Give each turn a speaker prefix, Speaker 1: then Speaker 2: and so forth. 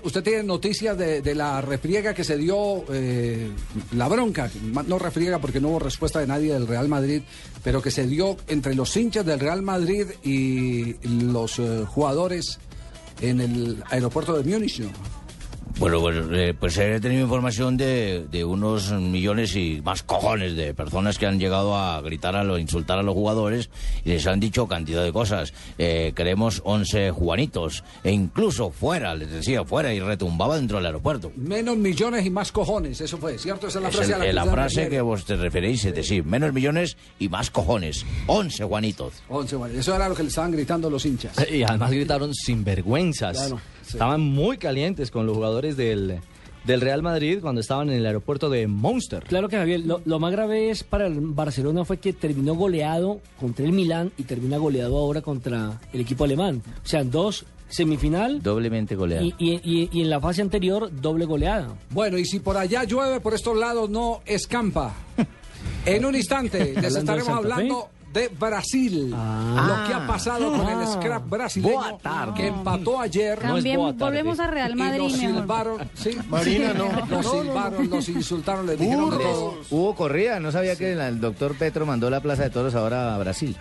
Speaker 1: ¿Usted tiene noticias de, de la refriega que se dio, eh, la bronca, no refriega porque no hubo respuesta de nadie del Real Madrid, pero que se dio entre los hinchas del Real Madrid y los eh, jugadores en el aeropuerto de Múnich? ¿no?
Speaker 2: Bueno, pues, eh, pues he tenido información de, de unos millones y más cojones de personas que han llegado a gritar, a lo, insultar a los jugadores y les han dicho cantidad de cosas. Eh, queremos 11 Juanitos e incluso fuera, les decía fuera y retumbaba dentro del aeropuerto.
Speaker 1: Menos millones y más cojones, eso fue, ¿cierto? Esa es la
Speaker 2: Es
Speaker 1: frase,
Speaker 2: el-
Speaker 1: a la,
Speaker 2: eh, la
Speaker 1: se
Speaker 2: frase
Speaker 1: refiere.
Speaker 2: que vos te referís, es decir, menos millones y más cojones. 11 Juanitos.
Speaker 1: Once, bueno, eso era lo que le estaban gritando los hinchas.
Speaker 3: Y además gritaron sinvergüenzas.
Speaker 1: Claro, sí.
Speaker 3: Estaban muy calientes con los jugadores del, del Real Madrid cuando estaban en el aeropuerto de Monster.
Speaker 4: Claro que Javier, lo, lo más grave es para el Barcelona fue que terminó goleado contra el Milán y termina goleado ahora contra el equipo alemán. O sea, dos semifinal
Speaker 2: Doblemente goleado.
Speaker 4: y, y- y- y en la fase anterior doble goleada.
Speaker 1: Bueno, y si por allá llueve, por estos lados no escampa. En un instante les
Speaker 4: Hablando de
Speaker 1: estaremos
Speaker 4: Santa
Speaker 1: hablando de Brasil, lo que ha pasado con el scrap brasileño
Speaker 2: Boa tarde.
Speaker 1: que empató ayer.
Speaker 3: No es
Speaker 5: Cambiem-
Speaker 3: boa tarde.
Speaker 5: volvemos a Real
Speaker 1: y
Speaker 5: Madrid,
Speaker 1: los
Speaker 5: mi amor.
Speaker 1: silbaron, sí,
Speaker 6: Marina, no.
Speaker 1: los silbaron, los insultaron, les dijeron de todo.
Speaker 7: Hubo corrida, no sabía que el doctor Petro mandó la Plaza de Toros ahora a Brasil.